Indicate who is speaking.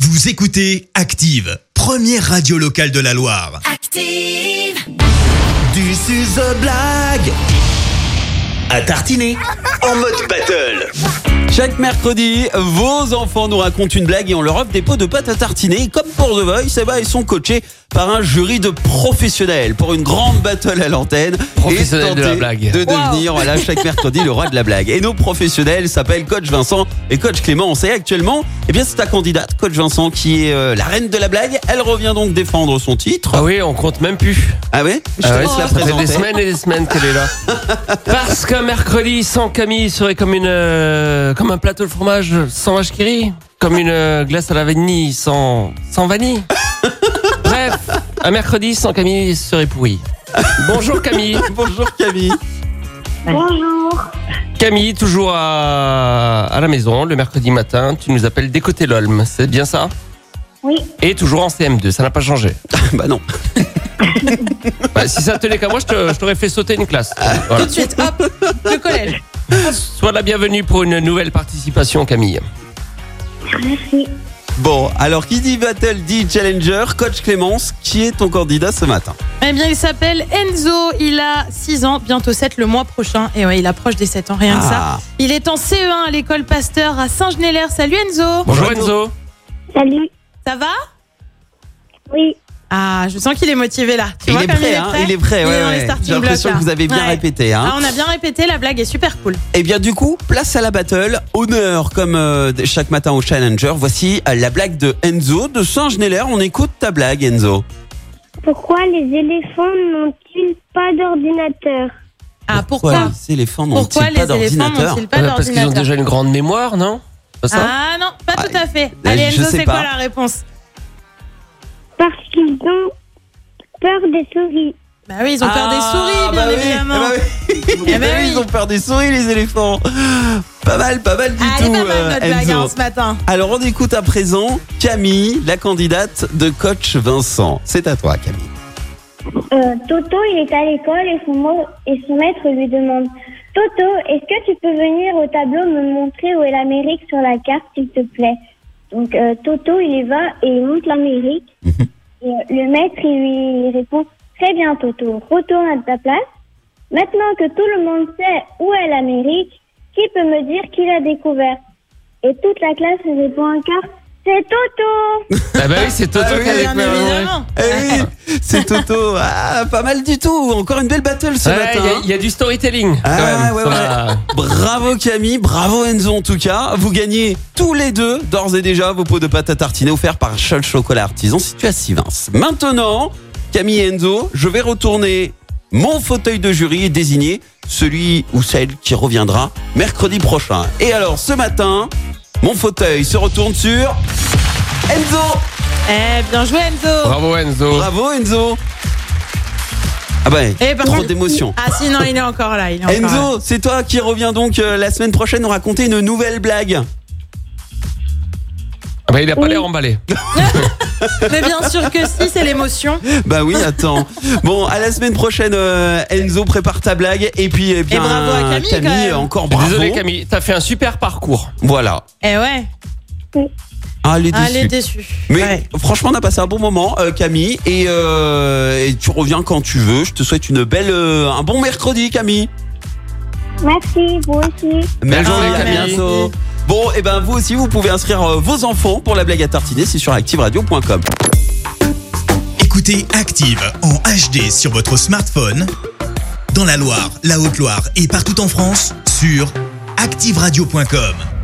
Speaker 1: Vous écoutez Active, première radio locale de la Loire.
Speaker 2: Active.
Speaker 3: Du suzo blague à tartiner en mode battle.
Speaker 4: Chaque mercredi, vos enfants nous racontent une blague et on leur offre des pots de pâte à tartiner. Et Comme pour The Voice, eh ben, ils sont coachés par un jury de professionnels pour une grande battle à l'antenne.
Speaker 5: Professionnels
Speaker 4: et
Speaker 5: de la
Speaker 4: tenter
Speaker 5: blague.
Speaker 4: De devenir, voilà, chaque mercredi, le roi de la blague. Et nos professionnels s'appellent Coach Vincent et Coach Clément. On sait actuellement, eh bien, c'est ta candidate, Coach Vincent, qui est euh, la reine de la blague. Elle revient donc défendre son titre.
Speaker 5: Ah oui, on compte même plus.
Speaker 4: Ah ouais? Je
Speaker 5: Ah
Speaker 4: te
Speaker 5: ouais,
Speaker 4: laisse la
Speaker 5: ça fait
Speaker 4: présenter.
Speaker 5: des semaines et des semaines qu'elle est là. Parce qu'un mercredi sans Camille serait comme une euh, comme un plateau de fromage sans vache qui rit, comme une euh, glace à la vanille sans sans vanille. Bref, un mercredi sans Camille serait pourri. Bonjour Camille.
Speaker 4: Bonjour Camille.
Speaker 6: Bonjour.
Speaker 5: Camille, toujours à, à la maison le mercredi matin. Tu nous appelles Décoter l'Olme, c'est bien ça
Speaker 6: Oui.
Speaker 5: Et toujours en CM2, ça n'a pas changé.
Speaker 4: bah non.
Speaker 5: Bah, si ça tenait qu'à moi, je te- je t'aurais fait sauter une classe. Voilà.
Speaker 2: Tout de suite, hop, le collège.
Speaker 5: Sois la bienvenue pour une nouvelle participation, Camille.
Speaker 6: Merci.
Speaker 4: Bon, alors qui dit battle dit challenger. Coach Clémence, qui est ton candidat ce matin?
Speaker 2: Eh bien, il s'appelle Enzo. Il a 6 ans, bientôt 7 le mois prochain. Et ouais, il approche des 7 ans, rien que ça.
Speaker 4: Ah.
Speaker 2: Il est en CE1 à l'école Pasteur à Saint-Genélaire. Salut Enzo.
Speaker 5: Bonjour Enzo.
Speaker 6: Salut.
Speaker 2: Ça va
Speaker 6: Oui.
Speaker 2: Ah, je sens qu'il est motivé là. Tu
Speaker 4: il,
Speaker 2: vois
Speaker 4: est
Speaker 2: comme
Speaker 4: prêt,
Speaker 2: il est
Speaker 4: hein,
Speaker 2: prêt
Speaker 4: il est prêt,
Speaker 2: Il
Speaker 4: ouais,
Speaker 2: est dans les
Speaker 4: ouais.
Speaker 2: starting
Speaker 4: J'ai l'impression que
Speaker 2: blocks,
Speaker 4: vous
Speaker 2: là.
Speaker 4: avez bien
Speaker 2: Ouais.
Speaker 4: répété. Hein.
Speaker 2: Ah, on a bien répété, la blague est super cool.
Speaker 4: Et bien du coup, place à la battle. Honneur comme euh, chaque matin au Challenger. Voici euh, la blague de Enzo de Saint-Genélaire. On écoute ta blague, Enzo.
Speaker 6: Pourquoi les éléphants n'ont-ils pas d'ordinateur
Speaker 2: Ah, pourquoi
Speaker 4: les éléphants
Speaker 2: Pourquoi,
Speaker 4: n'ont-ils pas
Speaker 2: les éléphants
Speaker 4: d'ordinateur Ah,
Speaker 2: n'ont-ils pas
Speaker 5: Euh, parce qu'ils ont
Speaker 2: d'ordinateur
Speaker 5: déjà une grande mémoire, non Pas ça
Speaker 2: Ah non, pas
Speaker 4: Ah,
Speaker 2: tout à fait. Allez,
Speaker 4: je
Speaker 2: Enzo,
Speaker 4: sais
Speaker 2: c'est
Speaker 4: pas.
Speaker 2: quoi la réponse
Speaker 6: Parce qu'ils ont peur des souris.
Speaker 2: Bah oui, ils ont peur des
Speaker 4: Ah,
Speaker 2: souris, bien
Speaker 4: bah oui,
Speaker 2: évidemment.
Speaker 4: eh bah oui. Eh
Speaker 2: Eh bah
Speaker 4: bah oui,
Speaker 2: oui.
Speaker 4: Ils ont peur des souris, les éléphants. Pas mal, pas mal du
Speaker 2: Ah,
Speaker 4: tout,
Speaker 2: Elle est pas mal notre
Speaker 4: euh,
Speaker 2: blague hein,
Speaker 4: Enzo.
Speaker 2: ce matin.
Speaker 4: Alors on écoute à présent Camille, la candidate de coach Vincent. C'est à toi, Camille.
Speaker 6: Euh, Toto, il est à l'école et son, mo- et son maître lui demande Toto, est-ce que tu peux venir au tableau me montrer où est l'Amérique sur la carte, s'il te plaît Donc euh, Toto, il y va et il monte l'Amérique. Et, euh, le maître, il lui répond Très bien, Toto, retourne à ta place. Maintenant que tout le monde sait où est l'Amérique, qui peut me dire qui l'a découvert Et toute la classe répond encore C'est Toto
Speaker 5: Ah bah oui, c'est Toto
Speaker 4: Ah oui,
Speaker 5: qui a
Speaker 2: Bien
Speaker 5: découvert, ouais.
Speaker 2: évidemment.
Speaker 4: Eh
Speaker 5: Ah.
Speaker 4: oui, c'est Toto. Ah, pas mal du tout. Encore une belle battle ce
Speaker 5: Ouais,
Speaker 4: matin.
Speaker 5: il y a- il y, a du storytelling.
Speaker 4: Ah,
Speaker 5: quand même,
Speaker 4: ouais,
Speaker 5: sur
Speaker 4: ouais.
Speaker 5: la-
Speaker 4: Bravo Camille, bravo Enzo en tout cas. Vous gagnez tous les deux d'ores et déjà vos pots de pâte à tartiner offerts par Scholl Chocolat Artisan situé à Sivins. Maintenant, Camille et Enzo, je vais retourner mon fauteuil de jury et désigner celui ou celle qui reviendra mercredi prochain. Et alors ce matin, mon fauteuil se retourne sur Enzo.
Speaker 2: Eh, bien joué, Enzo.
Speaker 5: Bravo Enzo.
Speaker 4: Bravo Enzo. Ah bah,
Speaker 2: Eh, par
Speaker 4: trop
Speaker 2: contre-
Speaker 4: d'émotions.
Speaker 2: Ah, si, non, il est encore là. Il est encore là.
Speaker 4: Enzo, c'est toi qui reviens donc euh, la semaine prochaine nous raconter une nouvelle blague.
Speaker 5: Ah bah, il a pas
Speaker 6: Oui.
Speaker 5: l'air emballé.
Speaker 2: Mais bien sûr que si, c'est l'émotion.
Speaker 4: Bah oui, attends. bon, à la semaine prochaine, euh, Enzo, prépare ta blague. Et puis, eh bien,
Speaker 2: Et bravo à Camille, quand même.
Speaker 4: encore bravo.
Speaker 5: Désolé Camille, t'as fait un super parcours.
Speaker 4: Voilà.
Speaker 2: Eh ouais,
Speaker 4: Ah, elle est
Speaker 2: Ah, elle
Speaker 4: déçue.
Speaker 2: est déçue.
Speaker 4: Mais
Speaker 2: Ouais.
Speaker 4: franchement, on a passé un bon moment, euh, Camille. Et, euh, et tu reviens quand tu veux. Je te souhaite une belle, euh, un bon mercredi, Camille.
Speaker 6: Merci, vous aussi.
Speaker 5: Belle journée,
Speaker 4: à
Speaker 5: Camille.
Speaker 4: bientôt. Bon, et ben vous aussi, vous pouvez inscrire euh, vos enfants pour la blague à tartiner. C'est sur activeradio.com.
Speaker 1: Écoutez Active en HD sur votre smartphone, dans la Loire, la Haute-Loire et partout en France, sur activeradio.com.